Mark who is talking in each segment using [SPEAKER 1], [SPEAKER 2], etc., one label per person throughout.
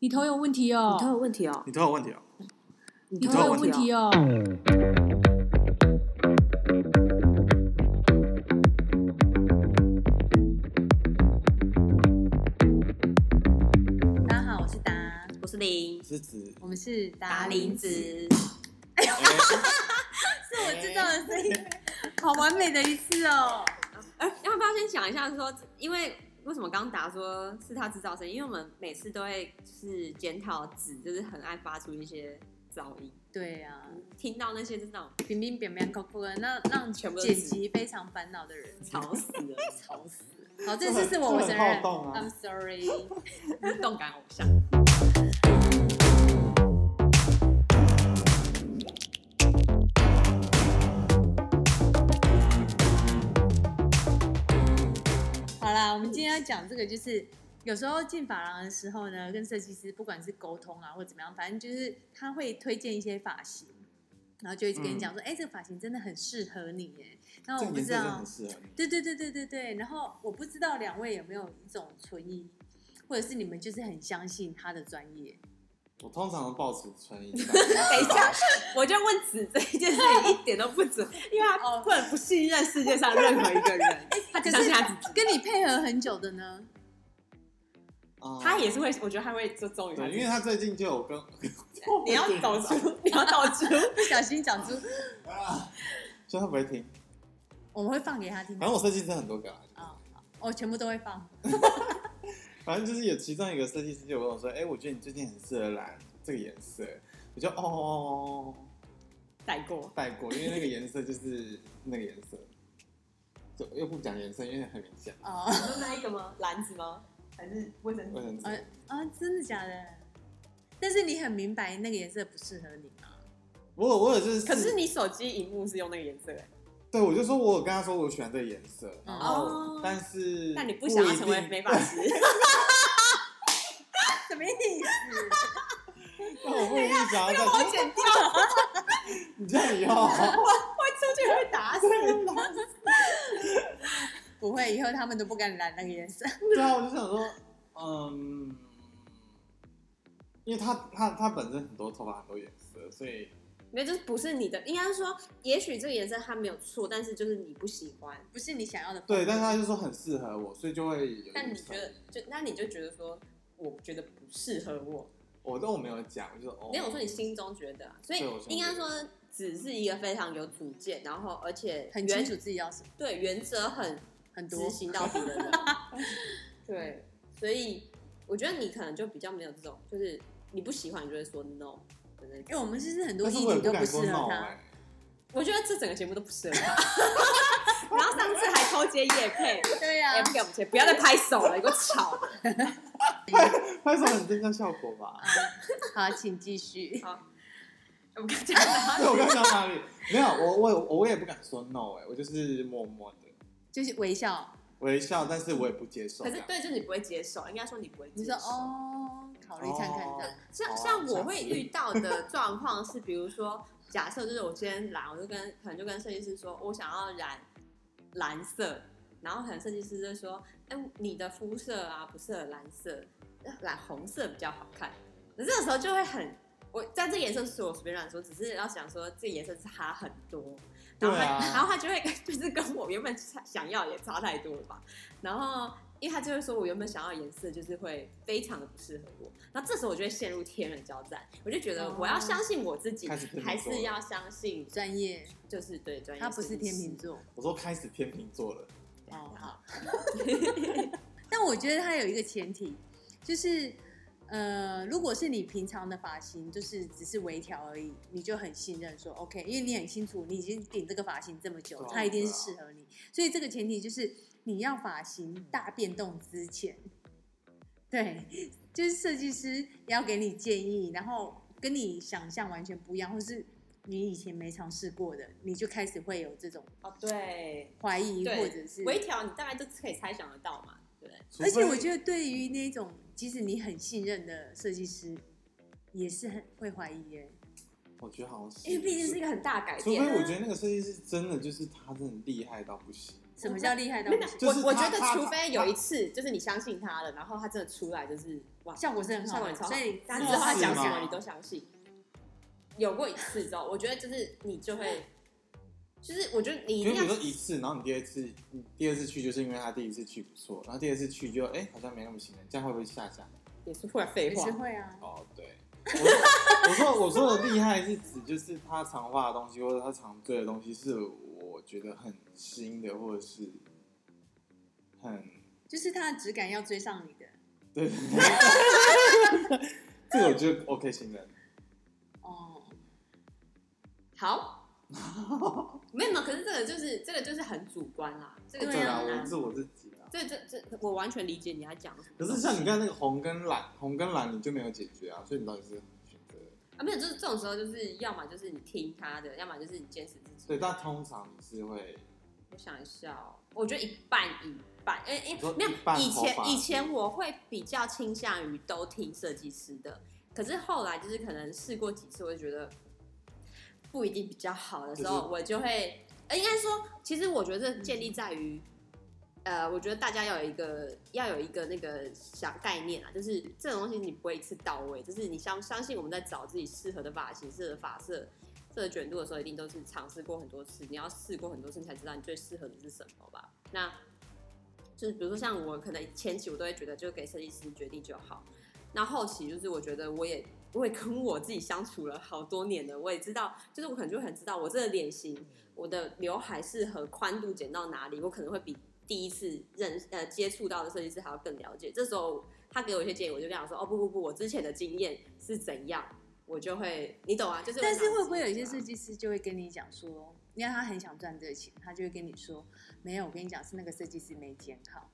[SPEAKER 1] 你头有问题哦，
[SPEAKER 2] 你头有问题哦，
[SPEAKER 3] 你都有问题哦。
[SPEAKER 2] 你
[SPEAKER 1] 你
[SPEAKER 3] 头
[SPEAKER 1] 头
[SPEAKER 3] 有
[SPEAKER 1] 有
[SPEAKER 3] 问
[SPEAKER 1] 问
[SPEAKER 2] 题
[SPEAKER 1] 题
[SPEAKER 2] 哦。
[SPEAKER 1] 哦。
[SPEAKER 4] 大家好，我是达，
[SPEAKER 2] 我是零，
[SPEAKER 3] 是指
[SPEAKER 2] 哦
[SPEAKER 4] 我们是达
[SPEAKER 2] 达
[SPEAKER 4] 林
[SPEAKER 2] 林
[SPEAKER 4] 子，
[SPEAKER 2] 子，哎
[SPEAKER 4] 是我制造的声音，好完美的一次哦。
[SPEAKER 2] 哎，要不要先讲一下说，因为为什么刚达说是他制造声音？因为我们每次都会就是检讨子，就是很爱发出一些噪音，
[SPEAKER 4] 对啊，
[SPEAKER 2] 听到那些就是那种
[SPEAKER 4] 平平扁扁、扣扣的，那让
[SPEAKER 2] 全部都
[SPEAKER 4] 剪
[SPEAKER 2] 是
[SPEAKER 4] 辑非常烦恼的人。
[SPEAKER 2] 吵死了，
[SPEAKER 4] 吵死了！好，这次是我，我承
[SPEAKER 3] 这很
[SPEAKER 4] 认。
[SPEAKER 3] 好动啊
[SPEAKER 4] I'm sorry。
[SPEAKER 2] 动感偶像。
[SPEAKER 4] 好啦，我们今天要讲这个，就是有时候进发廊的时候呢，跟设计师不管是沟通啊，或怎么样，反正就是他会推荐一些发型，然后就一直跟你讲说，哎、这个发型真的很适合你耶。然后
[SPEAKER 3] 嗯这
[SPEAKER 4] 我
[SPEAKER 3] 个
[SPEAKER 4] 不
[SPEAKER 3] 颜色
[SPEAKER 4] 知
[SPEAKER 3] 真的
[SPEAKER 4] 道
[SPEAKER 3] 很，适合你。
[SPEAKER 4] 对对对对对对。然后我不知道两位有没有一种存疑，或者是你们就是很相信他的专业？
[SPEAKER 3] 我通常都抱持穿衣。
[SPEAKER 2] 等一下，我就问子这一件事情一点都不准，因为他根本不信任世界上任何一个人，他只
[SPEAKER 4] 可
[SPEAKER 2] 相信
[SPEAKER 4] 是
[SPEAKER 2] 他自己。
[SPEAKER 4] 跟你配合很久的呢？
[SPEAKER 3] 啊
[SPEAKER 2] 他也是会，我觉得他会就忠于他自
[SPEAKER 3] 对，
[SPEAKER 2] 己，
[SPEAKER 3] 因为他最近就有跟
[SPEAKER 2] 你 要走出，你要走出。
[SPEAKER 4] 不小心讲出，
[SPEAKER 3] 啊，所以他不会听。
[SPEAKER 4] 我们会放给他听
[SPEAKER 3] 反。正我设计师很多个啊，
[SPEAKER 4] 啊、我全部都会放。
[SPEAKER 3] 反正就是有其中一个设计师就跟我说：“哎、我觉得你最近很适合染这个颜色。”我就哦哦哦哦
[SPEAKER 2] 带过。
[SPEAKER 3] 带过，因为那个颜色就是那个颜色，就又不讲颜色，因为很明显。
[SPEAKER 4] 哦
[SPEAKER 2] 你说那一个吗？篮子吗？还是卫生
[SPEAKER 3] 卫生纸
[SPEAKER 4] 哎啊，真的假的？但是你很明白那个颜色不适合你吗？
[SPEAKER 3] 我有我有就是，
[SPEAKER 2] 可是你手机荧幕是用那个颜色哎，
[SPEAKER 3] 对我就说我有跟他说我喜欢这个颜色，然后、
[SPEAKER 2] 哦
[SPEAKER 3] 但是
[SPEAKER 2] 但你不想要
[SPEAKER 3] 一
[SPEAKER 2] 成为
[SPEAKER 3] 定
[SPEAKER 2] 美发 师，
[SPEAKER 4] 什么意思？
[SPEAKER 3] 那我不一定想要再
[SPEAKER 2] 我剪掉，
[SPEAKER 3] 你这样以啊后，
[SPEAKER 2] 出去会打死。
[SPEAKER 4] 不会，以后他们都不敢染那个颜色。
[SPEAKER 3] 对啊，我就想说，嗯，因为他他他本身很多头发很多颜色，所以
[SPEAKER 2] 没有，就是不是你的，应该说，也许这个颜色它没有错，但是就是你不喜欢。
[SPEAKER 4] 不是你想要的。
[SPEAKER 3] 对，但是他就说很适合我，所以就会有。
[SPEAKER 2] 但你觉得，，就那你就觉得说，我觉得不适合我。
[SPEAKER 3] 我但我没有讲，我就说哦，
[SPEAKER 2] 没有，我说你心中觉得啊、所以
[SPEAKER 3] 对我心中
[SPEAKER 2] 应该
[SPEAKER 3] 觉得
[SPEAKER 2] 说，只是一个非常有主见，然后而且
[SPEAKER 4] 很清
[SPEAKER 2] 原
[SPEAKER 4] 楚自己要什么，
[SPEAKER 2] 对原则很
[SPEAKER 4] 很多
[SPEAKER 2] 执。行到底的人。对，所以我觉得你可能就比较没有这种，就是你不喜欢，你就会说 no 的那
[SPEAKER 4] 因为
[SPEAKER 2] 种。
[SPEAKER 4] 我们就是很多
[SPEAKER 3] 但
[SPEAKER 4] 议
[SPEAKER 3] 是我也
[SPEAKER 4] 题都
[SPEAKER 3] 敢
[SPEAKER 4] 适
[SPEAKER 3] 说
[SPEAKER 4] 合
[SPEAKER 3] no
[SPEAKER 4] 他。
[SPEAKER 3] 哎、
[SPEAKER 2] 我觉得这整个节目都不适合他。然后上次还偷接叶配，
[SPEAKER 4] 对啊呀、
[SPEAKER 2] 哎、不要不要不要再拍手了，你给我吵。
[SPEAKER 3] 拍手很增加效果 吧？
[SPEAKER 4] 好，请继续。
[SPEAKER 2] 我们刚讲到
[SPEAKER 3] 对，我刚刚讲哪里？没有，我我我也不敢说 no 哎、我就是默默的
[SPEAKER 4] 就是微笑，
[SPEAKER 3] 微笑，但是我也不接受
[SPEAKER 2] 可
[SPEAKER 3] 这
[SPEAKER 2] 是
[SPEAKER 3] 样。
[SPEAKER 2] 对，就是你不会接受，应该说你不会接
[SPEAKER 4] 你
[SPEAKER 2] 受。
[SPEAKER 4] 说哦，考虑看看这样。
[SPEAKER 2] 像
[SPEAKER 3] 哦
[SPEAKER 2] 像我
[SPEAKER 3] 下
[SPEAKER 2] 会
[SPEAKER 3] 次
[SPEAKER 2] 遇到 的状况是，比如说，假设就是我今天染，我就跟可能就跟设计师说，我想要染蓝色，然后可能设计师就说，哎、你的肤色啊不适合蓝色，染红色比较好看。可是这个时候就会很，我在这个颜色是我随便乱说，只是要想说这个颜色差很多，然后他、
[SPEAKER 3] 对啊
[SPEAKER 2] 然后他就会 就是跟我原本想要也差太多了吧，然后。因为他就会说，我原本想要的颜色就是会非常的不适合我，然后这时候我就会陷入天人交战，我就觉得
[SPEAKER 4] 哦
[SPEAKER 2] 我要相信我自己，
[SPEAKER 3] 开始天秤座
[SPEAKER 2] 还是要相信
[SPEAKER 4] 专业，
[SPEAKER 2] 就是对专业
[SPEAKER 4] 他不
[SPEAKER 2] 设
[SPEAKER 4] 是
[SPEAKER 2] 计
[SPEAKER 4] 天
[SPEAKER 2] 师
[SPEAKER 4] 秤座。
[SPEAKER 3] 我说开始天秤座了，
[SPEAKER 4] 哦，好。 但我觉得它有一个前提，就是呃，如果是你平常的发型，就是只是微调而已，你就很信任说 OK，因为你很清楚你已经顶这个发型这么久
[SPEAKER 3] 对，啊
[SPEAKER 4] 它一定是适合你。所以这个前提就是你要发型大变动之前，对，就是设计师也要给你建议，然后跟你想象完全不一样，或是你以前没尝试过的，你就开始会有这种
[SPEAKER 2] 哦，对，
[SPEAKER 4] 怀疑
[SPEAKER 2] 对
[SPEAKER 4] 或者是
[SPEAKER 2] 微调你大概就可以猜想得到嘛，对不对？
[SPEAKER 3] 除
[SPEAKER 4] 而且
[SPEAKER 3] 非
[SPEAKER 4] 我觉得，对于那种即使你很信任的设计师，也是很会怀疑耶。
[SPEAKER 3] 我觉得好像是，
[SPEAKER 2] 因为毕竟是一个很大的改
[SPEAKER 3] 除
[SPEAKER 2] 变
[SPEAKER 3] 非
[SPEAKER 2] 啊，
[SPEAKER 3] 我觉得那个设计师真的就是他真的厉害到不行，
[SPEAKER 4] 什么叫厉害到不行？
[SPEAKER 3] 就
[SPEAKER 2] 我
[SPEAKER 3] 是
[SPEAKER 2] 我
[SPEAKER 3] 他
[SPEAKER 2] 觉得，
[SPEAKER 3] 他
[SPEAKER 2] 除
[SPEAKER 3] 他
[SPEAKER 2] 非有一次，就是你相信他了，然后他真的出来，就是哇，
[SPEAKER 4] 效果是很
[SPEAKER 2] 效
[SPEAKER 4] 好
[SPEAKER 2] 果
[SPEAKER 4] 的，
[SPEAKER 2] 超好
[SPEAKER 4] 所以
[SPEAKER 2] 但
[SPEAKER 3] 是
[SPEAKER 2] 之后他
[SPEAKER 3] 是
[SPEAKER 2] 讲什么
[SPEAKER 3] 吗
[SPEAKER 2] 你都相信。有过一次之后，我觉得就是你就会，就是我觉得你一
[SPEAKER 3] 因为
[SPEAKER 2] 定
[SPEAKER 3] 比
[SPEAKER 2] 要
[SPEAKER 3] 如说一次，然后你第二次，你第二次去就是因为他第一次去不错，然后第二次去就哎、好像没那么行了，这样会不会下降？
[SPEAKER 2] 也是会废
[SPEAKER 4] 也
[SPEAKER 2] 话
[SPEAKER 4] 是，会啊，
[SPEAKER 3] 哦，对，我说我说我说的厉害是指就是他常画的东西或者他常追的东西是我觉得很新的或者是很
[SPEAKER 4] 就是它的质感要追上你的
[SPEAKER 3] 对， 这个我觉得 OK 行人。
[SPEAKER 4] 哦。
[SPEAKER 2] 好，没有没有，可是这个就是这个就是很主观啦，这个
[SPEAKER 4] 对
[SPEAKER 3] 对
[SPEAKER 4] 啊
[SPEAKER 3] 啊，
[SPEAKER 2] 很
[SPEAKER 3] 我
[SPEAKER 2] 难
[SPEAKER 3] 是我自己啊。
[SPEAKER 2] 这这这，我完全理解你在讲什么
[SPEAKER 3] 可
[SPEAKER 2] 东西。
[SPEAKER 3] 是像你刚才那个红跟蓝，红跟蓝你就没有解决啊，所以你到底是选择？
[SPEAKER 2] 啊，没有，就是这种时候，就是要么就是你听他的，要么就是你坚持自己。
[SPEAKER 3] 对，但通常你 是会
[SPEAKER 2] 我想一下哦，我觉得一半一半，哎、哎、
[SPEAKER 3] 你说
[SPEAKER 2] 没有
[SPEAKER 3] 一，半
[SPEAKER 2] 以前
[SPEAKER 3] 头发
[SPEAKER 2] 以前我会比较倾向于都听设计师的，可是后来就是可能试过几次，我就觉得不一定比较好的时候，
[SPEAKER 3] 就是
[SPEAKER 2] 我就会，呃应该说，其实我觉得这建立在于。呃，我觉得大家要有一个要有一个那个小概念啊，就是这种东西你不会一次到位，就是你相相信我们在找自己适合的发型、适合的发色、这个卷度的时候，一定都是尝试过很多次，你要试过很多次，你才知道你最适合的是什么吧？那就是比如说像我，可能前期我都会觉得就给设计师决定就好，那后期就是我觉得我也我也跟我自己相处了好多年了，我也知道，就是我可能就很知道我这个脸型、我的刘海适合宽度剪到哪里，我可能会比第一次认呃接触到的设计师还要更了解。这时候他给我一些建议，我就跟他说：“哦不不不，我之前的经验是怎样。”我就会，你懂啊，就是 我
[SPEAKER 4] 但是
[SPEAKER 2] 拿
[SPEAKER 4] 会不会有一
[SPEAKER 2] 自己
[SPEAKER 4] 些
[SPEAKER 2] 的
[SPEAKER 4] 设计师就会跟你讲说，你看他很想赚这个钱，他就会跟你说，没有，我跟你讲是那个设计师没剪 好。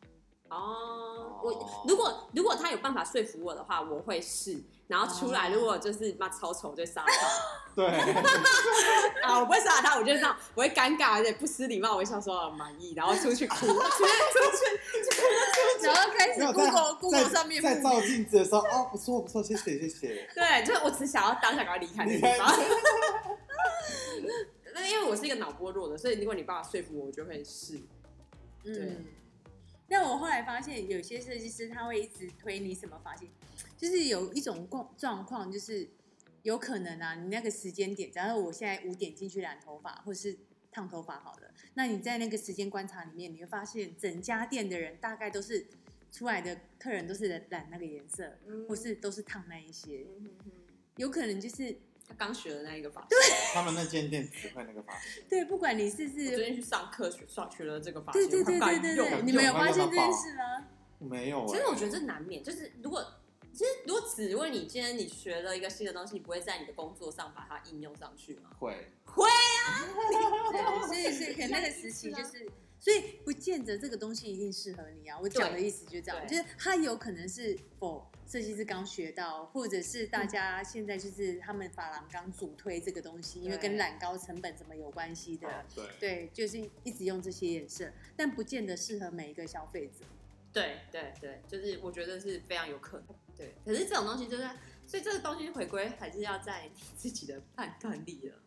[SPEAKER 2] 哦，
[SPEAKER 3] 哦
[SPEAKER 2] 我如果如果他有办法说服我的话，我会试。然后出来，
[SPEAKER 4] 哦
[SPEAKER 2] 如果就是妈超丑，我就杀他
[SPEAKER 3] 对，
[SPEAKER 2] 啊！我不会杀他，我就这样，我会尴尬，而且不失礼貌，我会笑说啊满意，然后出去哭，出去出去。
[SPEAKER 4] 然后开始
[SPEAKER 3] 没有
[SPEAKER 4] Google
[SPEAKER 3] 在
[SPEAKER 4] Google 上面
[SPEAKER 3] 在
[SPEAKER 4] 问
[SPEAKER 3] 照镜子的时候，哦，不错不错，谢谢谢谢。
[SPEAKER 2] 对，就是我只想要当下赶快离开那个地方。 那因为我是一个脑波弱的，所以如果你爸爸说服我，我就会试。对
[SPEAKER 4] 嗯，但我后来发现，有些设计师他会一直推你什么发型，就是有一种状状况，就是有可能啊，你那个时间点，假如我现在五点进去染头发，或是烫头发好了，那你在那个时间观察里面，你会发现整家店的人大概都是出来的客人都是染染那个颜色，或是都是烫那一些，
[SPEAKER 2] 嗯嗯嗯
[SPEAKER 4] 有可能就是
[SPEAKER 2] 他刚学的那一个法式，
[SPEAKER 3] 他们那间店只会那个发型，
[SPEAKER 4] 对，不管你是
[SPEAKER 2] 我最
[SPEAKER 4] 是。
[SPEAKER 2] 近去上课学上学了这个法
[SPEAKER 4] 对
[SPEAKER 2] 式，
[SPEAKER 4] 对对
[SPEAKER 2] 我快
[SPEAKER 4] 对对
[SPEAKER 2] 用
[SPEAKER 4] 对，
[SPEAKER 3] 用
[SPEAKER 4] 你们有
[SPEAKER 3] 用
[SPEAKER 4] 发现
[SPEAKER 3] 到
[SPEAKER 4] 这件
[SPEAKER 3] 爆
[SPEAKER 4] 事吗？
[SPEAKER 3] 没有、欸。
[SPEAKER 2] 其实我觉得这难免，就是如果其实如果只问你今天你学了一个新的东西，你不会在你的工作上把它应用上去 吗？
[SPEAKER 3] 会，
[SPEAKER 4] 对，所以所以可能那个时期就是，
[SPEAKER 2] 啊
[SPEAKER 4] 所以不见得这个东西一定适合你啊。我讲的意思就是这样，就
[SPEAKER 2] 对
[SPEAKER 4] 是它有可能是否设计师刚学到，或者是
[SPEAKER 2] 嗯
[SPEAKER 4] 大家现在就是他们发廊刚主推这个东西，因为跟染膏成本什么有关系
[SPEAKER 2] 哦
[SPEAKER 4] 的。
[SPEAKER 3] 对，
[SPEAKER 4] 对，就是一直用这些颜色，但不见得适合每一个消费者。
[SPEAKER 2] 对对对，就是我觉得是非常有可能。对，可是这种东西就是，所以这个东西回归还是要在你自己的判断力了，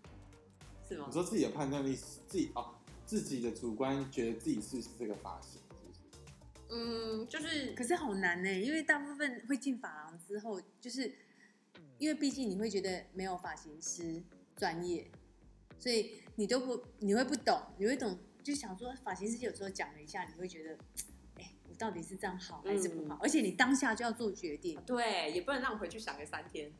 [SPEAKER 2] 是吗
[SPEAKER 3] 你？说自己的判断力，自己哦，自己的主观觉得自己是不是这个发型，是不是？
[SPEAKER 2] 嗯，就是
[SPEAKER 4] 可是好难呢、因为大部分会进发廊之后，就是
[SPEAKER 3] 嗯
[SPEAKER 4] 因为毕竟你会觉得没有发型师专业，所以你都不你会不懂，你会懂就想说发型师有时候讲了一下，你会觉得，哎、我到底是这样好还是不好？
[SPEAKER 3] 嗯
[SPEAKER 4] 而且你当下就要做决定。
[SPEAKER 2] 对，也不能让我回去想个三天。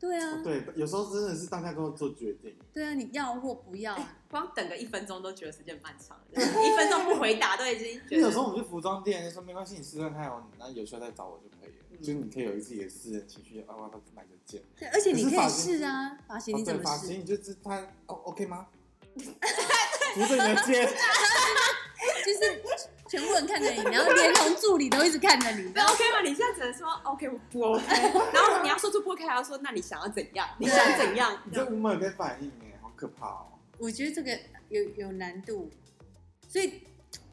[SPEAKER 4] 对啊，
[SPEAKER 3] 哦对，有时候真的是当下跟我做决定。
[SPEAKER 4] 对啊，你要或不要啊，
[SPEAKER 2] 光等个一分钟都觉得时间漫长了，就是一分钟不回答都已经
[SPEAKER 3] 因
[SPEAKER 2] 觉
[SPEAKER 3] 为
[SPEAKER 2] 得
[SPEAKER 3] 有时候我们去服装店，就说没关系，你试试看哦，那有需要再找我就可以了。
[SPEAKER 2] 嗯
[SPEAKER 3] 就是你可以有自己的私人情绪，啊，我要买个件。
[SPEAKER 4] 对，而且你可
[SPEAKER 3] 可是
[SPEAKER 4] 以
[SPEAKER 3] 发型
[SPEAKER 4] 试啊，发型你
[SPEAKER 3] 哦
[SPEAKER 4] 怎
[SPEAKER 3] 对，
[SPEAKER 4] 么
[SPEAKER 3] 发
[SPEAKER 4] 试？
[SPEAKER 3] 型你就知它哦，OK 吗？扶着你的肩，
[SPEAKER 4] 就是全部人看着你，然后连同助理都一直看着 你，
[SPEAKER 2] 那 OK 吗？你现在只能说 OK 我不 OK，然 后你要说出不 OK，还要说那你想要怎样？你想怎样？
[SPEAKER 3] 你
[SPEAKER 2] 这
[SPEAKER 3] 这
[SPEAKER 2] 样
[SPEAKER 3] 无没有跟反应哎，好可怕哦。
[SPEAKER 4] 我觉得这个有有难度，所以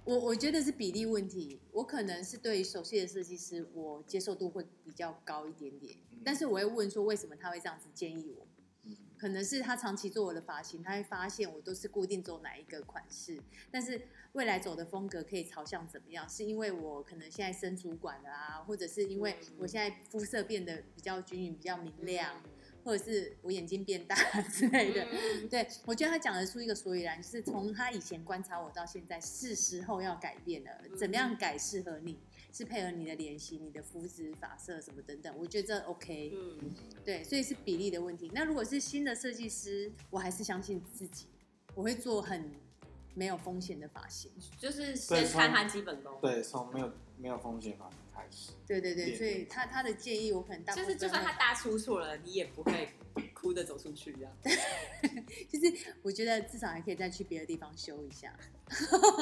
[SPEAKER 4] 我我觉得是比例问题。我可能是对熟悉的设计师，我接受度会比较高一点点，
[SPEAKER 3] 嗯
[SPEAKER 4] 但是我会问说为什么他会这样子建议我，
[SPEAKER 3] 嗯
[SPEAKER 4] 可能是他长期做我的发型，他会发现我都是固定走哪一个款式，但是未来走的风格可以朝向怎么样？是因为我可能现在升主管了啊，或者是因为
[SPEAKER 2] 嗯
[SPEAKER 4] 我现在肤色变得比较均匀、比较明亮，
[SPEAKER 2] 嗯
[SPEAKER 4] 或者是我眼睛变大 之类的。
[SPEAKER 2] 嗯
[SPEAKER 4] 对，我觉得他讲得出一个所以然，就是从他以前观察我到现在，是时候要改变了。怎么
[SPEAKER 2] 嗯
[SPEAKER 4] 样改适合你？是配合你的脸型、你的肤质、发色什么等等，我觉得这 OK。
[SPEAKER 2] 嗯
[SPEAKER 4] 对，所以是比例的问题。那如果是新的设计师，我还是相信自己，我会做很没有风险的发型。
[SPEAKER 2] 就是先看他基本功，
[SPEAKER 3] 对，从没有没有风险法开 始，
[SPEAKER 4] 对对对，
[SPEAKER 3] 对
[SPEAKER 4] 所以他他的建议我可能大部
[SPEAKER 2] 就
[SPEAKER 4] 分
[SPEAKER 2] 是就算他
[SPEAKER 4] 会
[SPEAKER 2] 大出错了，你也不会哭着走出去这样。
[SPEAKER 4] 就是我觉得至少还可以再去别的地方修一下。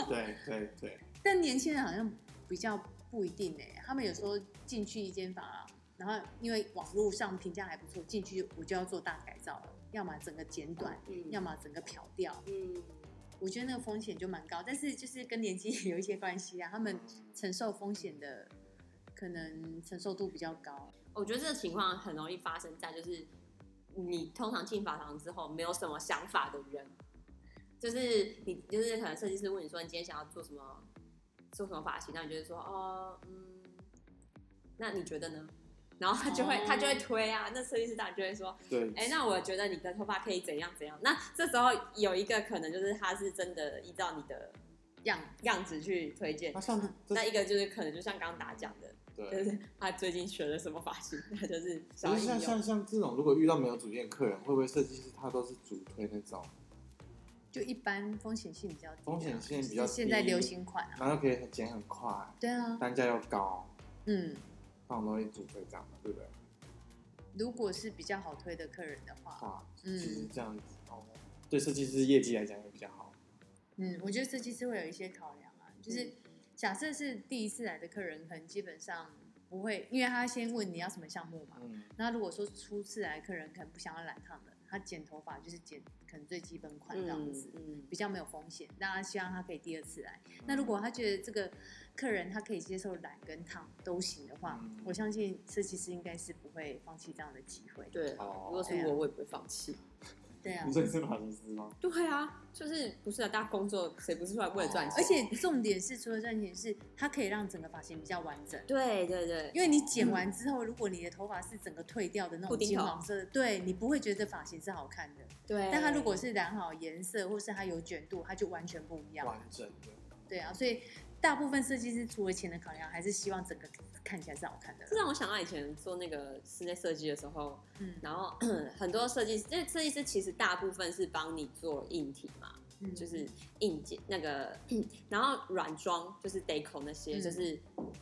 [SPEAKER 3] 对对对，
[SPEAKER 4] 但年轻人好像比较不一定哎、他们有时候进去一间房，啊然后因为网络上评价还不错，进去我就要做大改造了，要么整个剪短，
[SPEAKER 2] 嗯
[SPEAKER 4] 要么整个漂掉。
[SPEAKER 2] 嗯，
[SPEAKER 4] 我觉得那个风险就蛮高，但是就是跟年纪也有一些关系啊，他
[SPEAKER 2] 嗯
[SPEAKER 4] 们承受风险的可能承受度比较高。
[SPEAKER 2] 我觉得这个情况很容易发生在就是你通常进法堂之后没有什么想法的人，就是你就是可能设计师问你说你今天想要做什么做什么发型，那你就会说哦嗯，那你觉得呢？然后他就会、
[SPEAKER 4] 哦
[SPEAKER 2] 他就会推啊，那设计师当然就会说
[SPEAKER 3] 对，
[SPEAKER 2] 哎、那我觉得你的头发可以怎样怎样。那这时候有一个可能就是他是真的依照你的
[SPEAKER 4] 样
[SPEAKER 2] 样子去推荐
[SPEAKER 3] 那，像这
[SPEAKER 2] 那一个就是可能就像刚刚打讲的，就
[SPEAKER 3] 对，
[SPEAKER 2] 是他最近学了什么发型，他就是
[SPEAKER 3] 可
[SPEAKER 2] 想
[SPEAKER 3] 是
[SPEAKER 2] 要
[SPEAKER 3] 像
[SPEAKER 2] 应用。
[SPEAKER 3] 像像这种，如果遇到没有主见的客人，会不会设计师他都是主推那种
[SPEAKER 4] 就一般风险性比较低啊，
[SPEAKER 3] 风险性比较
[SPEAKER 4] 就是现在
[SPEAKER 3] 低
[SPEAKER 4] 流行款啊，
[SPEAKER 3] 然后可以很剪很快，
[SPEAKER 4] 对啊，
[SPEAKER 3] 单价又高，
[SPEAKER 4] 嗯，
[SPEAKER 3] 那种东西主推这样嘛，对不对？
[SPEAKER 4] 如果是比较好推的客人的话，
[SPEAKER 3] 哇，其实
[SPEAKER 4] 嗯
[SPEAKER 3] 这样子哦，对设计师业绩来讲也比较好。
[SPEAKER 4] 嗯，我觉得设计师会有一些考量啊，就是假设是第一次来的客人，可能基本上不会，因为他先问你要什么项目嘛，
[SPEAKER 3] 嗯，
[SPEAKER 4] 那如果说初次来客人可能不想要染烫的，他剪头发就是剪可能最基本款这样子，
[SPEAKER 2] 嗯
[SPEAKER 4] 比较没有风险。那他希望他可以第二次来。那如
[SPEAKER 3] 嗯
[SPEAKER 4] 果他觉得这个客人他可以接受染跟烫都行的话，
[SPEAKER 3] 嗯
[SPEAKER 4] 我相信设计师应该是不会放弃这样的机会。
[SPEAKER 2] 对啊，
[SPEAKER 3] 哦
[SPEAKER 2] 如果是
[SPEAKER 4] 对啊
[SPEAKER 2] 我，我也不会放弃。
[SPEAKER 4] 对啊
[SPEAKER 3] 你。这是发型师吗？
[SPEAKER 2] 对啊，就是不是啊，大家工作谁不是出来为了赚钱？
[SPEAKER 4] 而且重点是，除了赚钱是，它可以让整个发型比较完整。
[SPEAKER 2] 对对对，
[SPEAKER 4] 因为你剪完之后，如果你的头发是整个褪掉的那
[SPEAKER 2] 嗯布
[SPEAKER 4] 种
[SPEAKER 2] 丁
[SPEAKER 4] 金
[SPEAKER 2] 头
[SPEAKER 4] 黄色的，对你不会觉得这发型是好看的。
[SPEAKER 2] 对，
[SPEAKER 4] 但它如果是染好颜色，或是它有卷度，它就完全不一样。
[SPEAKER 2] 啊
[SPEAKER 3] 完整的，
[SPEAKER 4] 对啊，所以大部分设计师除了钱的考量，还是希望整个看起来是好看的
[SPEAKER 2] 这。让我想到以前做那个室内设计的时候，
[SPEAKER 4] 嗯
[SPEAKER 2] 然后 很多设计师，因为设计师其实大部分是帮你做硬体嘛，
[SPEAKER 4] 嗯，
[SPEAKER 2] 就是硬件那个，然后软装就是 deco 那些，
[SPEAKER 4] 嗯
[SPEAKER 2] 就是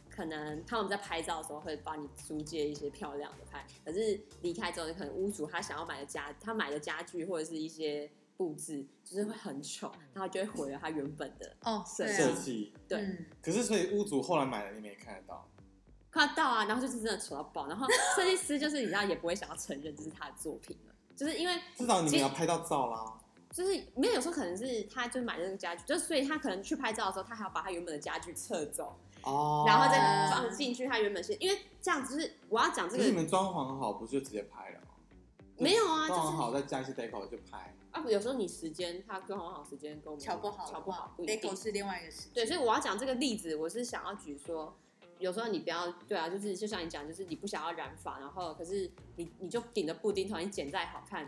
[SPEAKER 2] 可能他们在拍照的时候会帮你租借一些漂亮的拍，可是离开之后，可能屋主他想要买的家，他买的家具或者是一些布置，就是会很丑，然后就会毁了他原本的。
[SPEAKER 4] 哦，对
[SPEAKER 2] 设
[SPEAKER 3] 设
[SPEAKER 4] 啊，
[SPEAKER 3] 计。
[SPEAKER 2] 对
[SPEAKER 4] 嗯
[SPEAKER 3] 可是所以屋主后来买了，你们也看得到。
[SPEAKER 2] 快要到啊，然后就是真的丑到爆，然后设计师就是你知道也不会想要承认这是他的作品了，就是因为
[SPEAKER 3] 至少你
[SPEAKER 2] 其
[SPEAKER 3] 们
[SPEAKER 2] 实
[SPEAKER 3] 有拍到照啦。
[SPEAKER 2] 就是没有，有时候可能是他就买了那个家具，就所以他可能去拍照的时候，他还要把他原本的家具撤走，
[SPEAKER 3] 哦
[SPEAKER 2] 然后再放进去他原本是因为这样，就是我要讲这
[SPEAKER 3] 可是你
[SPEAKER 2] 个
[SPEAKER 3] 们装潢好，不是就直接拍了吗？
[SPEAKER 2] 没有啊，
[SPEAKER 3] 装
[SPEAKER 2] 就
[SPEAKER 3] 潢好
[SPEAKER 2] 是
[SPEAKER 3] 再加一些 deco 就拍。
[SPEAKER 2] 啊，有时候你时间他刚好好时间跟我们
[SPEAKER 4] 巧不好的
[SPEAKER 2] 巧不好
[SPEAKER 4] 话
[SPEAKER 2] 不一定
[SPEAKER 4] ，deco 是另外一个事。
[SPEAKER 2] 对，所以我要讲这个例子，我是想要举说，有时候你不要对啊，就是就像你讲，就是你不想要染发，然后可是你你就顶着布丁头，你剪再好看，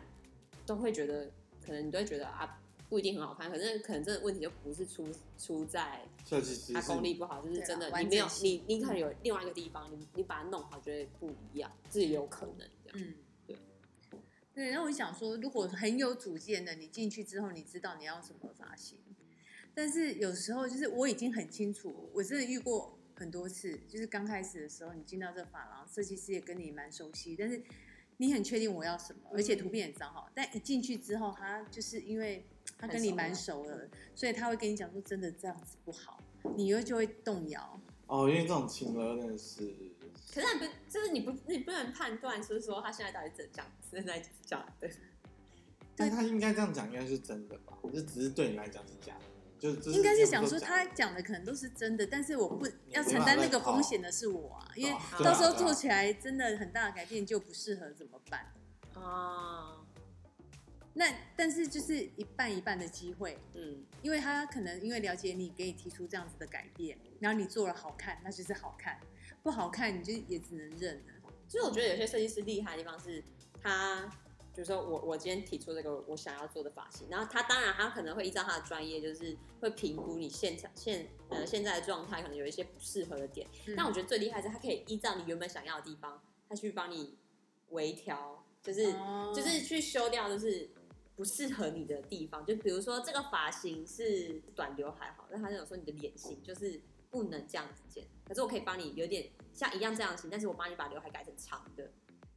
[SPEAKER 2] 都会觉得可能你都会觉得啊不一定很好看，可是可能这个问题就不是出出在
[SPEAKER 3] 设计师
[SPEAKER 2] 他
[SPEAKER 3] 是
[SPEAKER 2] 功力不好，就是真的
[SPEAKER 4] 对啊
[SPEAKER 2] 你没有
[SPEAKER 4] 完整性
[SPEAKER 2] 你你可能有另外一个地方，你你把它弄好，觉得不一样，这也有可能这样。
[SPEAKER 4] 嗯，
[SPEAKER 2] 对。
[SPEAKER 4] 对，然后我想说，如果很有主见的，你进去之后，你知道你要什么发型。但是有时候就是我已经很清楚，我真的遇过很多次，就是刚开始的时候，你进到这发廊，设计师也跟你蛮熟悉，但是你很确定我要什么，而且图片也找好。但一进去之后，他就是因为他跟你蛮熟了，嗯所以他会跟你讲说，真的这样子不好，你又就会动摇。
[SPEAKER 3] 哦，因为这种情勒真的是，
[SPEAKER 2] 可是你不就是你不你不能判断是说他现在到底怎讲，是在讲对。
[SPEAKER 3] 但他应该这样讲，应该是真的吧？就只是对你来讲是假的，就就是
[SPEAKER 4] 应该是
[SPEAKER 3] 全
[SPEAKER 4] 想
[SPEAKER 3] 部
[SPEAKER 4] 说
[SPEAKER 3] 都
[SPEAKER 4] 他
[SPEAKER 3] 假的
[SPEAKER 4] 讲的可能都是真的，但是我不
[SPEAKER 3] 你
[SPEAKER 4] 要承担那个风险的是我啊，因为
[SPEAKER 3] 哦
[SPEAKER 2] 啊
[SPEAKER 3] 对啊
[SPEAKER 4] 到时候
[SPEAKER 3] 对啊
[SPEAKER 4] 做起来真的很大的改变就不适合怎么办？
[SPEAKER 2] 啊，
[SPEAKER 4] 那但是就是一半一半的机会，
[SPEAKER 2] 嗯，
[SPEAKER 4] 因为他可能因为了解你，给你提出这样子的改变，然后你做了好看，那就是好看；不好看，你就也只能认了。
[SPEAKER 2] 就是我觉得有些设计师厉害的地方是，他比如说我我今天提出这个我想要做的发型，然后他当然他可能会依照他的专业，就是会评估你现场现呃现在的状态可能有一些不适合的点，但我觉得最厉害是他可以依照你原本想要的地方，他去帮你微调，就是、
[SPEAKER 4] 哦
[SPEAKER 2] 就是去修掉，就是。不适合你的地方，就比如说这个发型是短刘海好，那他就有说你的脸型就是不能这样子剪，可是我可以帮你有点像一样这样型，但是我帮你把刘海改成长的，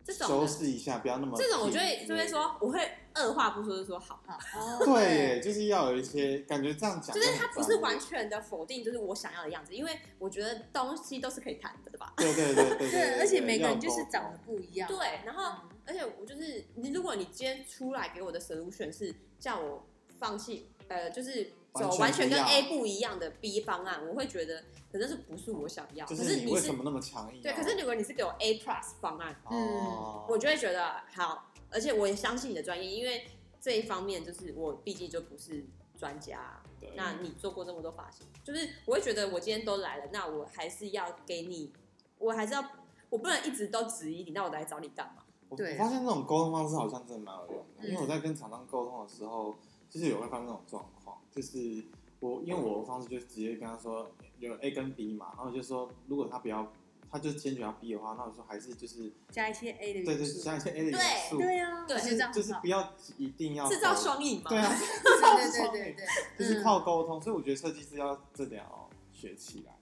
[SPEAKER 2] 这种
[SPEAKER 3] 收
[SPEAKER 2] 呢
[SPEAKER 3] 拾一下，不要那么
[SPEAKER 2] 这种我就
[SPEAKER 3] 紧
[SPEAKER 2] 会就会说，我会二话不说就说好，
[SPEAKER 4] 好，
[SPEAKER 3] 对耶，就是要有一些感觉这样讲，
[SPEAKER 2] 就是他不是完全的否定，就是我想要的样子，因为我觉得东西都是可以谈的吧。
[SPEAKER 3] 对对对对对
[SPEAKER 4] 对，而且每个人
[SPEAKER 3] 要
[SPEAKER 4] 就是
[SPEAKER 3] 沟
[SPEAKER 4] 长得不一样。
[SPEAKER 2] 对，然后
[SPEAKER 4] 嗯，
[SPEAKER 2] 而且我就是你，如果你今天出来给我的 solution 是叫我放弃，呃，就是走
[SPEAKER 3] 完
[SPEAKER 2] 完
[SPEAKER 3] 全
[SPEAKER 2] 全跟
[SPEAKER 3] 不一样
[SPEAKER 2] A 不一样的 B 方案，我会觉得可能是不是我想要，
[SPEAKER 3] 就
[SPEAKER 2] 可是
[SPEAKER 3] 你为
[SPEAKER 2] 是
[SPEAKER 3] 什么那么强硬啊？
[SPEAKER 2] 对，可是如果你是给我 A plus 方案，
[SPEAKER 4] 嗯
[SPEAKER 3] 哦，
[SPEAKER 2] 我就会觉得好，而且我也相信你的专业，因为这一方面就是我毕竟就不是专家啊、
[SPEAKER 3] 对
[SPEAKER 2] 那你做过这么多发型，就是我会觉得我今天都来了，那我还是要给你，我还是要，我不能一直都质疑你，那我来找你干嘛？
[SPEAKER 3] 我
[SPEAKER 4] 对
[SPEAKER 3] 我发现这种沟通方式好像真的蛮有用的，
[SPEAKER 4] 嗯
[SPEAKER 3] 因为我在跟厂商沟通的时候，就是有会发生这种状况，就是我因为我的方式就是直接跟他说有 A 跟 B 嘛，然后我就说如果他不要，他就坚决要 B 的话，那我说还是就是
[SPEAKER 4] 加一些 A 的
[SPEAKER 3] 对
[SPEAKER 4] 元
[SPEAKER 3] 对
[SPEAKER 4] 素。
[SPEAKER 3] 加一些 A 的元素，
[SPEAKER 4] 对啊，
[SPEAKER 2] 对
[SPEAKER 4] 我觉得这样
[SPEAKER 3] 就是
[SPEAKER 4] 很好
[SPEAKER 3] 不要一定要
[SPEAKER 2] 制造
[SPEAKER 3] 沟
[SPEAKER 2] 双赢嘛。
[SPEAKER 3] 对啊，
[SPEAKER 4] 对对对对对，
[SPEAKER 3] 就是
[SPEAKER 4] 嗯
[SPEAKER 3] 靠沟通，所以我觉得设计师要这点要学起来。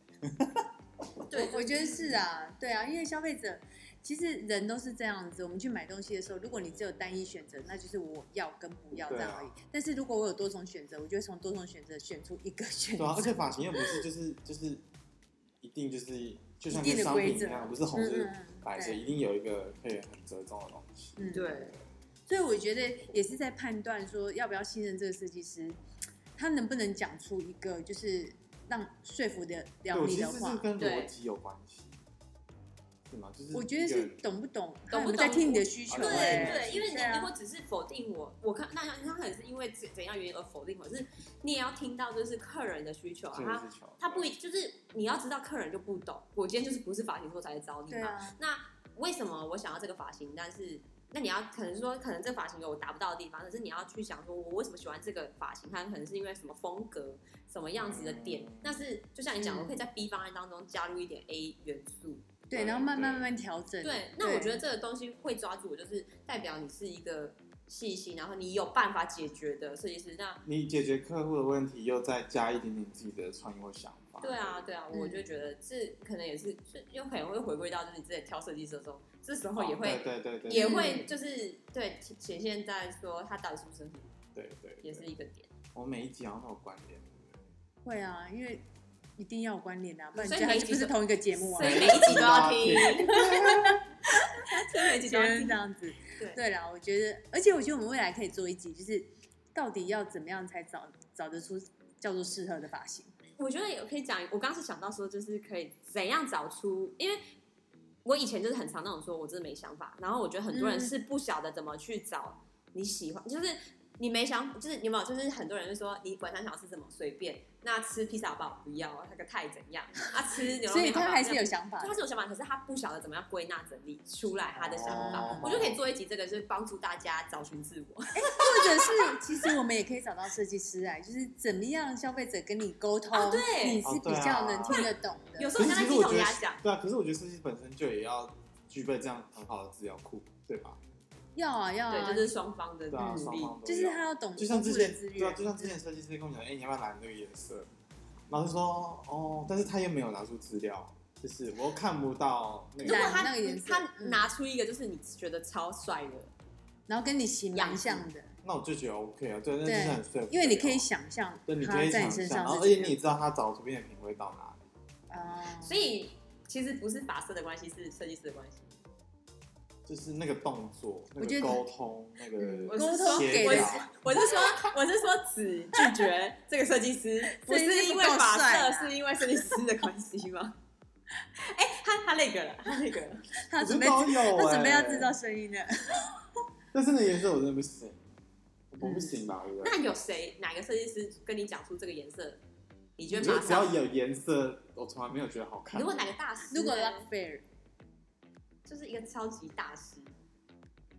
[SPEAKER 2] 对，嗯
[SPEAKER 4] 我觉得是啊，对啊，因为消费者其实人都是这样子。我们去买东西的时候，如果你只有单一选择，那就是我要跟不要这样而已。
[SPEAKER 3] 啊
[SPEAKER 4] 但是如果我有多重选择，我就会从多重选择选出一个选
[SPEAKER 3] 对啊，而
[SPEAKER 4] 择。
[SPEAKER 3] 且发型又不是就是就是一定就是就像
[SPEAKER 4] 一定
[SPEAKER 3] 跟
[SPEAKER 4] 的
[SPEAKER 3] 商
[SPEAKER 4] 规
[SPEAKER 3] 品一
[SPEAKER 4] 则
[SPEAKER 3] 样，不是红
[SPEAKER 4] 嗯
[SPEAKER 3] 就是
[SPEAKER 4] 嗯嗯
[SPEAKER 3] 白色，
[SPEAKER 4] 对
[SPEAKER 3] 一定有一个可以很折中的东西。
[SPEAKER 4] 嗯，
[SPEAKER 2] 对，
[SPEAKER 4] 所以我觉得也是在判断说要不要信任这个设计师，他能不能讲出一个就是让说服的
[SPEAKER 3] 对，
[SPEAKER 4] 了
[SPEAKER 3] 我
[SPEAKER 4] 你
[SPEAKER 3] 其
[SPEAKER 4] 的
[SPEAKER 3] 实是
[SPEAKER 4] 话。
[SPEAKER 3] 跟逻
[SPEAKER 2] 对
[SPEAKER 3] 辑有关系，是吗？就是
[SPEAKER 4] 我觉得
[SPEAKER 3] 一
[SPEAKER 4] 是
[SPEAKER 3] 个啊
[SPEAKER 4] 懂不懂，
[SPEAKER 2] 懂
[SPEAKER 4] 他有没
[SPEAKER 2] 不懂
[SPEAKER 4] 有在听你的需求、
[SPEAKER 3] 我
[SPEAKER 2] 对
[SPEAKER 4] 欸
[SPEAKER 2] 对，因为
[SPEAKER 4] 对啊
[SPEAKER 2] 你如果只是否定我，我看那他可能是因为怎怎样原因而否定我，是你也要听到就是客人的需求啊，
[SPEAKER 3] 这
[SPEAKER 2] 他
[SPEAKER 3] 个是巧
[SPEAKER 2] 他不一就是你要知道客人就不懂，我今天就是不是发型所才来找你
[SPEAKER 4] 对
[SPEAKER 2] 嘛。
[SPEAKER 4] 啊，
[SPEAKER 2] 那为什么我想要这个发型？但是那你要可能说，可能这个发型有我达不到的地方，可是你要去想说，我为什么喜欢这个发型？它可能是因为什么风格、什么样子的点
[SPEAKER 3] 嗯。
[SPEAKER 2] 但是就像你讲，
[SPEAKER 4] 嗯
[SPEAKER 2] 我可以在 B 方案当中加入一点 A 元素。
[SPEAKER 4] 对，然后慢慢慢慢调整。
[SPEAKER 2] 对，那我觉得这个东西会抓住我，就是代表你是一个细心，然后你有办法解决的设计师。那
[SPEAKER 3] 你解决客户的问题，又再加一点点自己的创意或想法。
[SPEAKER 2] 对啊，对啊，
[SPEAKER 4] 嗯
[SPEAKER 2] 我就觉得这可能也是，是又可能会回归到就是你之前挑设计师的时候，这时候也会
[SPEAKER 3] 哦对对对对，
[SPEAKER 2] 也会就是对显显现在说他到底是不是你，
[SPEAKER 3] 对对，对
[SPEAKER 2] 也是一个点，
[SPEAKER 3] 我们每一集好像都有关联，对不对
[SPEAKER 4] 会啊，因为一定要有关联啊，不然
[SPEAKER 2] 所以
[SPEAKER 4] 这还
[SPEAKER 2] 每一
[SPEAKER 4] 是
[SPEAKER 2] 集
[SPEAKER 4] 不是
[SPEAKER 2] 都
[SPEAKER 4] 同一个节目啊
[SPEAKER 2] 所以？每一集都要听，
[SPEAKER 4] 觉得
[SPEAKER 2] 所以每一集都要
[SPEAKER 4] 是
[SPEAKER 2] 听
[SPEAKER 4] 这。样子。
[SPEAKER 2] 对
[SPEAKER 4] 对啦，我觉得，而且我觉得我们未来可以做一集，就是到底要怎么样才找找得出叫做适合的发型？
[SPEAKER 2] 我觉得也可以讲，我刚是想到说，就是可以怎样找出，因为我以前就是很常那种说，我真的没想法，然后我觉得很多人
[SPEAKER 4] 嗯
[SPEAKER 2] 是不晓得怎么去找你喜欢，就是你没想，就是你有没有，就是很多人就说你晚上想要吃什么随便，那吃披萨吧我不要，那个太怎样，啊吃牛肉面好不好
[SPEAKER 4] 所以他还
[SPEAKER 2] 这
[SPEAKER 4] 是
[SPEAKER 2] 样
[SPEAKER 4] 有想法
[SPEAKER 2] 他
[SPEAKER 4] 的。
[SPEAKER 2] 是有想法，可是他不晓得怎么样归纳整理出来他的想法。
[SPEAKER 4] 哦
[SPEAKER 2] 我就可以做一集这个，就是帮助大家找寻自我。
[SPEAKER 4] 或者是，其实我们也可以找到设计师啊，就是怎么样消费者跟你沟通，
[SPEAKER 2] 哦对
[SPEAKER 4] 你是
[SPEAKER 3] 哦对
[SPEAKER 4] 比
[SPEAKER 3] 啊
[SPEAKER 4] 较能听得懂的。
[SPEAKER 2] 有时
[SPEAKER 3] 可
[SPEAKER 2] 候
[SPEAKER 3] 是
[SPEAKER 2] 像在
[SPEAKER 3] 其实
[SPEAKER 2] 系
[SPEAKER 3] 我
[SPEAKER 2] 统
[SPEAKER 3] 觉
[SPEAKER 2] 里
[SPEAKER 3] 得
[SPEAKER 2] 他讲，
[SPEAKER 3] 对啊，可是我觉得设计本身就也要具备这样很好的资料库，对吧？
[SPEAKER 4] 要啊要
[SPEAKER 2] 对，
[SPEAKER 4] 啊，
[SPEAKER 2] 就是双方的
[SPEAKER 3] 对啊，
[SPEAKER 2] 努
[SPEAKER 3] 双
[SPEAKER 2] 力。
[SPEAKER 3] 方都
[SPEAKER 4] 就是
[SPEAKER 3] 要
[SPEAKER 4] 他要懂
[SPEAKER 3] 就像之
[SPEAKER 4] 丰富的
[SPEAKER 3] 前
[SPEAKER 4] 资，源
[SPEAKER 3] 对啊，就像之前设计师跟我讲，哎、你要不要染这个颜色？然后就说，哦，但是他又没有拿出资料，就是我又看不到那
[SPEAKER 2] 如果
[SPEAKER 3] 个。
[SPEAKER 4] 对
[SPEAKER 2] 他
[SPEAKER 4] 那个颜色
[SPEAKER 2] 他
[SPEAKER 4] 嗯
[SPEAKER 2] 拿出一个就是你觉得超帅的，
[SPEAKER 4] 然后跟你型蛮像的，
[SPEAKER 3] 那我就觉得 OK 啊，对，那就是很说服
[SPEAKER 4] 因为你可以
[SPEAKER 3] 我
[SPEAKER 4] 想象
[SPEAKER 3] 哦对，你可
[SPEAKER 4] 他
[SPEAKER 3] 以
[SPEAKER 4] 在
[SPEAKER 3] 想
[SPEAKER 4] 你身
[SPEAKER 3] 象，然
[SPEAKER 4] 上
[SPEAKER 3] 后
[SPEAKER 4] 是
[SPEAKER 3] 而且
[SPEAKER 4] 怎
[SPEAKER 3] 你
[SPEAKER 4] 样
[SPEAKER 3] 也知道他找图片的品味到哪里，
[SPEAKER 4] 啊，
[SPEAKER 2] 所以其实不是发色的关系，是设计师的关系。
[SPEAKER 3] 就是那个动作、那
[SPEAKER 4] 我觉
[SPEAKER 3] 个
[SPEAKER 4] 得
[SPEAKER 3] 沟通、那
[SPEAKER 4] 嗯
[SPEAKER 3] 个
[SPEAKER 2] 我是
[SPEAKER 4] 沟
[SPEAKER 2] 说
[SPEAKER 4] 通
[SPEAKER 3] 协
[SPEAKER 4] 给
[SPEAKER 2] 我
[SPEAKER 4] 的
[SPEAKER 2] 是
[SPEAKER 3] 调。
[SPEAKER 2] 我是说，我是说，只拒绝这个设计师，不是因为发
[SPEAKER 4] 真是够帅
[SPEAKER 2] 色，
[SPEAKER 4] 啊
[SPEAKER 2] 是因为设计师的关系吗？哎、他他那个了，他那个了。
[SPEAKER 4] 他
[SPEAKER 3] 我
[SPEAKER 4] 准
[SPEAKER 3] 真
[SPEAKER 4] 备
[SPEAKER 3] 的有、欸，
[SPEAKER 4] 他准备要制造声音了。
[SPEAKER 3] 但是那颜色我真的不行，我我不行吧？我觉得
[SPEAKER 2] 那有谁哪个设计师跟你讲出这个颜色，你觉
[SPEAKER 3] 我
[SPEAKER 2] 得
[SPEAKER 3] 觉
[SPEAKER 2] 马
[SPEAKER 3] 得只要
[SPEAKER 2] 上？
[SPEAKER 3] 有颜色，我从来没有觉得好 看。
[SPEAKER 2] 如果哪个大师呢，
[SPEAKER 4] 如果 Luck Fair，
[SPEAKER 2] 就是一个超级大师，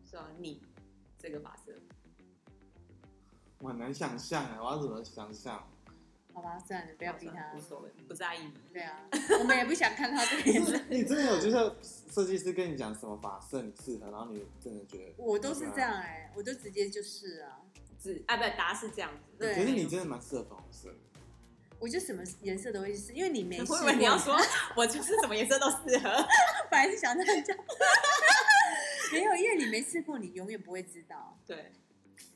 [SPEAKER 2] 是吧？你这个发色，
[SPEAKER 3] 我很难想象哎，我要怎么想象？
[SPEAKER 4] 好吧，算了，不
[SPEAKER 2] 不
[SPEAKER 4] 要逼他嗯
[SPEAKER 2] 无。所谓，不在意。
[SPEAKER 4] 对啊，我们也不想看他这个颜色。
[SPEAKER 3] 你真的有觉得设计师跟你讲什么发色你适合，然后你真的觉得？
[SPEAKER 4] 我都是这样哎、我就直接就是啊，
[SPEAKER 2] 只啊，不，答是这样子。
[SPEAKER 4] 对
[SPEAKER 3] 可是你真的蛮适合粉红色的。
[SPEAKER 4] 我就什么颜色都会试，因为你没试
[SPEAKER 2] 我以
[SPEAKER 4] 过。
[SPEAKER 2] 为你要说，我就是什么颜色都适合。
[SPEAKER 4] 本来是想这样讲， 没有，因为你没试过，你永远不会知道。
[SPEAKER 2] 对，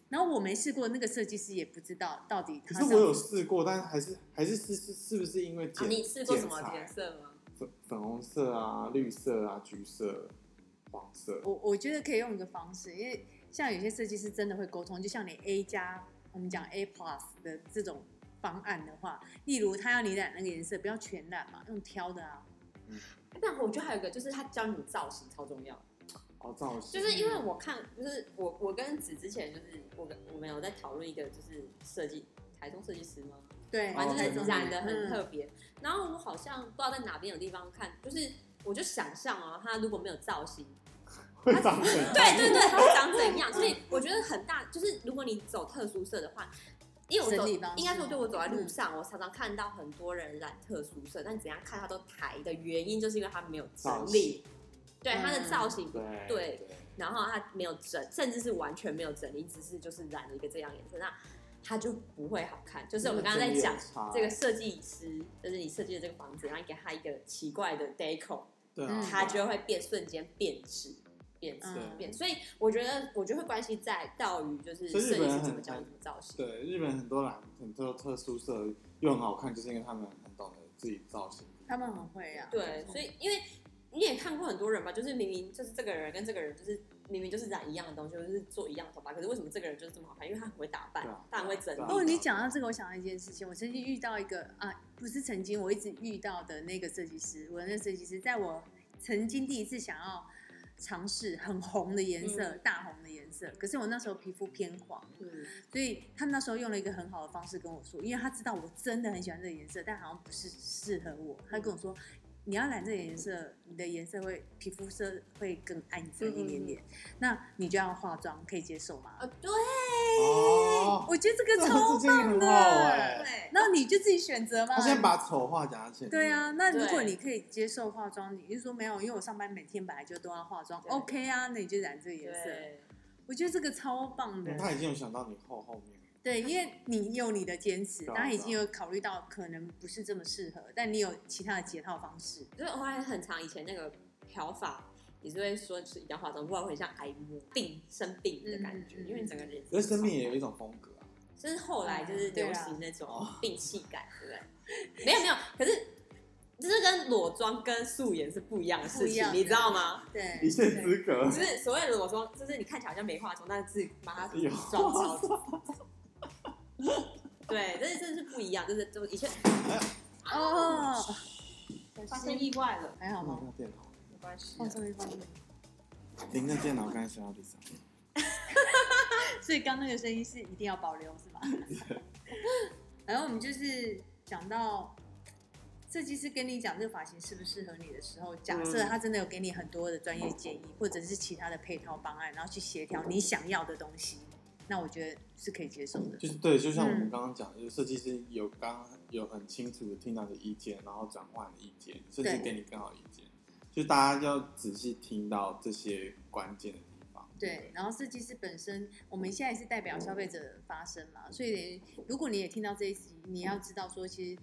[SPEAKER 4] 然后我没试过，那个设计师也不知道到底
[SPEAKER 3] 可
[SPEAKER 4] 他
[SPEAKER 3] 是
[SPEAKER 4] 上。
[SPEAKER 3] 我有试过，但还是还是是是是不是因为
[SPEAKER 2] 啊
[SPEAKER 3] 剪、
[SPEAKER 2] 你试过什么
[SPEAKER 3] 剪裁
[SPEAKER 2] 颜色吗？
[SPEAKER 3] 粉粉红色啊、绿色啊、橘色、黄色，
[SPEAKER 4] 我我觉得可以用一个方式，因为像有些设计师真的会沟通，就像你 A 加，我们讲 A plus 的这种方案的话，例如他要你染那个颜色，不要全染嘛，用挑的啊。
[SPEAKER 2] 但哎我觉得还有一个就是他教你造型超重要，
[SPEAKER 3] 哦，造型
[SPEAKER 2] 就是因为我看，就是我我跟子之前就是我跟我们有在讨论一个就是设计台中设计师吗？
[SPEAKER 4] 对，
[SPEAKER 2] 反正
[SPEAKER 3] 哦
[SPEAKER 2] 就是染的很
[SPEAKER 4] 嗯
[SPEAKER 2] 特别。然后我好像不知道在哪边有地方看，就是我就想象哦，他如果没有造型，
[SPEAKER 3] 会长怎样？
[SPEAKER 2] 对对对，它会长怎样？所以我觉得很大，就是如果你走特殊色的话，因为我走
[SPEAKER 4] 整理方式
[SPEAKER 2] 应该说，就我走在路上，我常常看到很多人染特殊色，但怎样看它都抬的原因，就是因为它没有整理，对
[SPEAKER 4] 造型嗯
[SPEAKER 2] 它的造型不
[SPEAKER 3] 对
[SPEAKER 2] 对
[SPEAKER 3] 对，
[SPEAKER 2] 然后它没有整，甚至是完全没有整理，只是就是染了一个这样颜色，那它就不会好看。就是我们刚刚在讲
[SPEAKER 3] 真的有差
[SPEAKER 2] 这个设计师，就是你设计的这个房子，然后你给它一个奇怪的 deco，
[SPEAKER 3] 对
[SPEAKER 4] 嗯
[SPEAKER 3] 啊，
[SPEAKER 2] 它就会变瞬间变质、变质、
[SPEAKER 4] 嗯
[SPEAKER 2] 变。所以我觉得，我觉得会关系在到于就是设
[SPEAKER 3] 所以日
[SPEAKER 2] 计
[SPEAKER 3] 本人
[SPEAKER 2] 师怎么
[SPEAKER 3] 很
[SPEAKER 2] 教你怎么造型。
[SPEAKER 3] 对日本很多蓝很多特殊色又很好看，就是因为他们很懂得自己造型。
[SPEAKER 4] 他们很会啊。
[SPEAKER 2] 对，所以因为你也看过很多人吧，就是明明就是这个人跟这个人就是明明就是染一样的东西，就是做一样的头发，可是为什么这个人就是这么好看？因为他很会打扮
[SPEAKER 3] 对啊，
[SPEAKER 2] 他很会整
[SPEAKER 3] 对啊
[SPEAKER 4] 哦，
[SPEAKER 2] 理。
[SPEAKER 4] 你讲到这个，我想到一件事情，我曾经遇到一个啊，不是曾经，我一直遇到的那个设计师，我的那个设计师，在我曾经第一次想要尝试很红的颜色，
[SPEAKER 2] 嗯
[SPEAKER 4] 大红的颜色，可是我那时候皮肤偏黄，
[SPEAKER 2] 嗯，
[SPEAKER 4] 所以他那时候用了一个很好的方式跟我说，因为他知道我真的很喜欢这个颜色，但好像不是适合我，他跟我说。你要染这个颜色，你的颜色会皮肤色会更暗沉一点点，那你就要化妆，可以接受吗？
[SPEAKER 2] 啊，对
[SPEAKER 3] 哦，
[SPEAKER 4] 我觉得这
[SPEAKER 3] 这
[SPEAKER 4] 个超
[SPEAKER 3] 这件很好哎，
[SPEAKER 2] 对，
[SPEAKER 4] 那你就自己选择嘛。
[SPEAKER 3] 他现在把丑话讲到前面，
[SPEAKER 4] 对，啊，那如果
[SPEAKER 2] 对
[SPEAKER 4] 你可以接受化妆，你就说没有，因为我上班每天本来就都要化妆
[SPEAKER 2] 对
[SPEAKER 4] ，OK 啊，那你就染这个颜色。
[SPEAKER 2] 对，
[SPEAKER 4] 我觉得这个超棒的，
[SPEAKER 3] 他已经有想到你后后面，
[SPEAKER 4] 对，因为你有你的坚持，
[SPEAKER 3] 对啊
[SPEAKER 4] 当然已经有考虑到可能不是这么适合，但你有其他的解套方式。
[SPEAKER 2] 就是我还很长以前那个漂发。也是会说是一定要化妆，不然会像癌魔病生病的感
[SPEAKER 4] 嗯
[SPEAKER 2] 觉，
[SPEAKER 4] 嗯嗯
[SPEAKER 2] 因为你整个人
[SPEAKER 3] 可是生命也
[SPEAKER 2] 也。
[SPEAKER 3] 有一种风格啊。
[SPEAKER 2] 就是后来就是
[SPEAKER 4] 嗯啊
[SPEAKER 2] 流行那种病气感，对不对？没 有没有，可是这跟裸妆跟素颜是不一样的事
[SPEAKER 4] 不一样
[SPEAKER 2] 情，
[SPEAKER 4] 的
[SPEAKER 2] 你知道吗？
[SPEAKER 4] 对，
[SPEAKER 3] 一线
[SPEAKER 4] 对
[SPEAKER 3] 之隔
[SPEAKER 2] 就，是所谓的裸妆，就是你看起来好像没化妆，但是自己把它
[SPEAKER 3] 有
[SPEAKER 2] 妆超级。 对，这这是不一样，就是就以前
[SPEAKER 4] 哦，
[SPEAKER 2] 发生意外了，
[SPEAKER 4] 还好
[SPEAKER 3] 那
[SPEAKER 4] 吗？
[SPEAKER 3] 个电脑，
[SPEAKER 2] 没关系
[SPEAKER 4] 放松一放松。
[SPEAKER 3] 您的电脑刚才摔到地上。
[SPEAKER 4] 所以刚那个声音是一定要保留是吗？ 然后我们就是讲到设计师跟你讲这个发型适不适合你的时候，假
[SPEAKER 2] 嗯
[SPEAKER 4] 设他真的有给你很多的专业建议，或者是其他的配套方案，然后去协调你想要的东西，那我觉得是可以接受的。
[SPEAKER 3] 就是对，就像我
[SPEAKER 4] 嗯
[SPEAKER 3] 们刚刚讲，就是设计师有刚有很清楚的听到你的意见，然后转换你的意见，甚至
[SPEAKER 4] 对
[SPEAKER 3] 给你更好的意见。就大家要仔细听到这些关键的地方。
[SPEAKER 4] 对，然后设计师本身，我们现在是代表消费者发声嘛，所以如果你也听到这一集，你要知道说，其实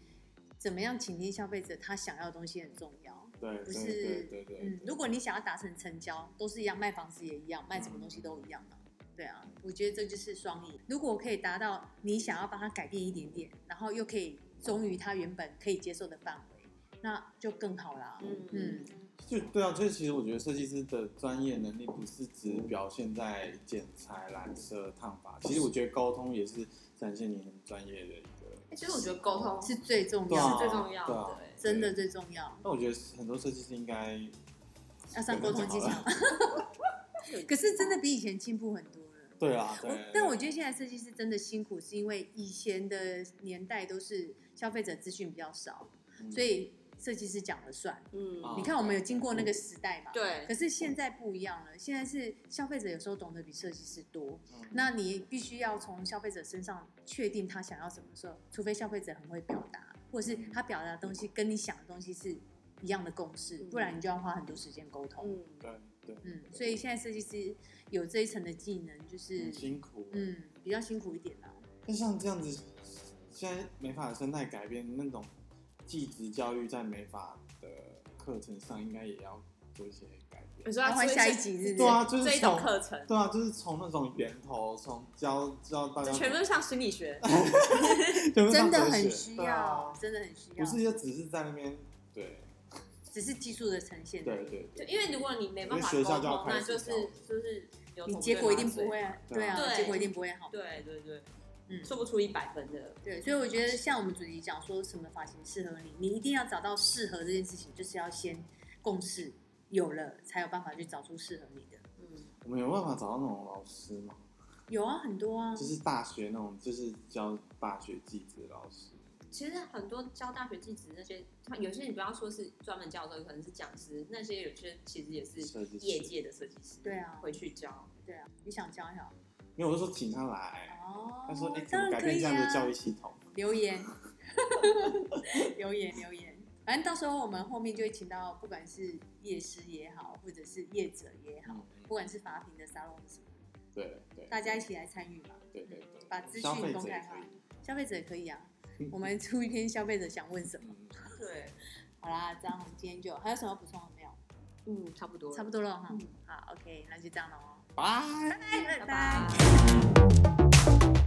[SPEAKER 4] 怎么样倾听消费者他想要的东西很重要。
[SPEAKER 3] 对对
[SPEAKER 4] 不
[SPEAKER 3] 对
[SPEAKER 4] 是
[SPEAKER 3] 对对对。
[SPEAKER 4] 嗯，如果你想要达成成交，都是一样，卖房子也一样，卖什么东西都一样嘛。对啊，我觉得这就是双赢。如果我可以达到你想要帮他改变一点点，然后又可以忠于他原本可以接受的范围，那就更好啦。
[SPEAKER 2] 嗯
[SPEAKER 4] 嗯，
[SPEAKER 3] 就对啊，就是其实我觉得设计师的专业能力不是只表现在剪裁、染色、烫发，其实我觉得沟通也是展现你很专业的一个。
[SPEAKER 2] 哎其实我觉得沟通
[SPEAKER 4] 是最重
[SPEAKER 3] 对啊
[SPEAKER 4] 要
[SPEAKER 2] 是
[SPEAKER 4] 的，
[SPEAKER 2] 最重要
[SPEAKER 3] 对
[SPEAKER 2] 的欸
[SPEAKER 3] 啊，
[SPEAKER 4] 真的最重要，
[SPEAKER 3] 那我觉得很多设计师应该
[SPEAKER 4] 要上沟通技巧。可是真的比以前进步很多了。
[SPEAKER 3] 对啊，
[SPEAKER 4] 我
[SPEAKER 3] 对。
[SPEAKER 4] 但我觉得现在设计师真的辛苦，是因为以前的年代都是消费者资讯比较少，
[SPEAKER 3] 嗯
[SPEAKER 4] 所以设计师讲了算。
[SPEAKER 2] 嗯，
[SPEAKER 3] 啊
[SPEAKER 4] 你看，我们有经过那个时代嘛？。
[SPEAKER 2] 对
[SPEAKER 4] 可，是现在不一样了，现在是消费者有时候懂得比设计师多，
[SPEAKER 3] 嗯
[SPEAKER 4] 那你必须要从消费者身上确定他想要什么时候，除非消费者很会表达，或者是
[SPEAKER 3] 嗯
[SPEAKER 4] 他表达的东西跟你想的东西是一样的共识，
[SPEAKER 2] 嗯
[SPEAKER 4] 不然你就要花很多时间沟通。
[SPEAKER 2] 嗯，
[SPEAKER 3] 对对，
[SPEAKER 4] 嗯，所以现在设计师有这一层的技能，就是
[SPEAKER 3] 很辛苦。
[SPEAKER 4] 嗯比较辛苦一点啦。
[SPEAKER 3] 那像这样子，现在美法的生态改变，那种技职教育在美法的课程上，应该也要做一些改
[SPEAKER 2] 你
[SPEAKER 3] 变。
[SPEAKER 2] 说要
[SPEAKER 4] 要换
[SPEAKER 2] 出
[SPEAKER 4] 下
[SPEAKER 2] 些
[SPEAKER 4] 一集嗯是不是
[SPEAKER 3] 对啊，就是
[SPEAKER 2] 这一
[SPEAKER 3] 从
[SPEAKER 2] 种课程，
[SPEAKER 3] 对啊，就是从那种源头，从教教大家
[SPEAKER 2] 就全部都像心理学，
[SPEAKER 3] 全部
[SPEAKER 4] 真的
[SPEAKER 3] 上哲学
[SPEAKER 4] 很需
[SPEAKER 3] 对
[SPEAKER 4] 要
[SPEAKER 3] 啊，
[SPEAKER 4] 真的很需要，
[SPEAKER 3] 不是就只是在那边对
[SPEAKER 4] 只是技术的呈现。
[SPEAKER 3] 对，对
[SPEAKER 2] 就因为如果你没办法
[SPEAKER 3] 因
[SPEAKER 2] 沟
[SPEAKER 3] 为学校就要
[SPEAKER 2] 通，
[SPEAKER 3] 开
[SPEAKER 2] 那
[SPEAKER 3] 始
[SPEAKER 2] 就是就是有
[SPEAKER 4] 你
[SPEAKER 2] 同
[SPEAKER 4] 结果一
[SPEAKER 2] 对
[SPEAKER 4] 定
[SPEAKER 2] 麻醉
[SPEAKER 4] 不会，啊，对
[SPEAKER 3] 对
[SPEAKER 4] 啊，
[SPEAKER 2] 啊
[SPEAKER 4] 结果一定不会好。
[SPEAKER 2] 对对对，
[SPEAKER 4] 嗯
[SPEAKER 2] 做不出一百分的，
[SPEAKER 4] 对，所以我觉得像我们主题讲说什么发型适合你，你一定要找到适合这件事情，就是要先共识有了，才有办法去找出适合你的。
[SPEAKER 2] 嗯，
[SPEAKER 3] 我们有办法找到那种老师吗？
[SPEAKER 4] 有啊，很多啊，
[SPEAKER 3] 就是大学那种，就是教大学技职的老师。
[SPEAKER 2] 其实很多教大学技职那些，他有些你不要说是专门教授，可能是讲师，那些有些其实也是
[SPEAKER 3] 设计师
[SPEAKER 2] 业界的设计师，
[SPEAKER 4] 对啊
[SPEAKER 2] 回去教。
[SPEAKER 4] 对啊，你想教一下
[SPEAKER 3] 因为我就说请他来，
[SPEAKER 4] 哦，
[SPEAKER 3] 他说哎、怎
[SPEAKER 4] 当
[SPEAKER 3] 么
[SPEAKER 4] 然
[SPEAKER 3] 改
[SPEAKER 4] 可
[SPEAKER 3] 变
[SPEAKER 4] 以
[SPEAKER 3] 这样的教
[SPEAKER 4] 啊
[SPEAKER 3] 育，系统？
[SPEAKER 4] 留言， 留言，留言。反正到时候我们后面就会请到，不管是业师也好，或者是业者也好，
[SPEAKER 3] 嗯，
[SPEAKER 4] 不管是法庭的沙龙什么，
[SPEAKER 3] 对对，
[SPEAKER 4] 大家一起来参与吧。
[SPEAKER 3] 对对对，
[SPEAKER 4] 把资
[SPEAKER 3] 消
[SPEAKER 4] 讯
[SPEAKER 3] 费
[SPEAKER 4] 公
[SPEAKER 3] 者也
[SPEAKER 4] 开
[SPEAKER 3] 可
[SPEAKER 4] 化
[SPEAKER 3] 以。，
[SPEAKER 4] 消费者也可以啊。我们出一篇消费者想问 什么。
[SPEAKER 3] 嗯，
[SPEAKER 2] 对，
[SPEAKER 4] 好啦，这样我们今天就还有什么要补充的没有？
[SPEAKER 2] 嗯，差不多，
[SPEAKER 4] 差不
[SPEAKER 2] 多，
[SPEAKER 4] 多了哈。
[SPEAKER 2] 嗯
[SPEAKER 4] 好，OK，那就这样了哦。
[SPEAKER 3] 拜。
[SPEAKER 4] 拜
[SPEAKER 2] 拜拜。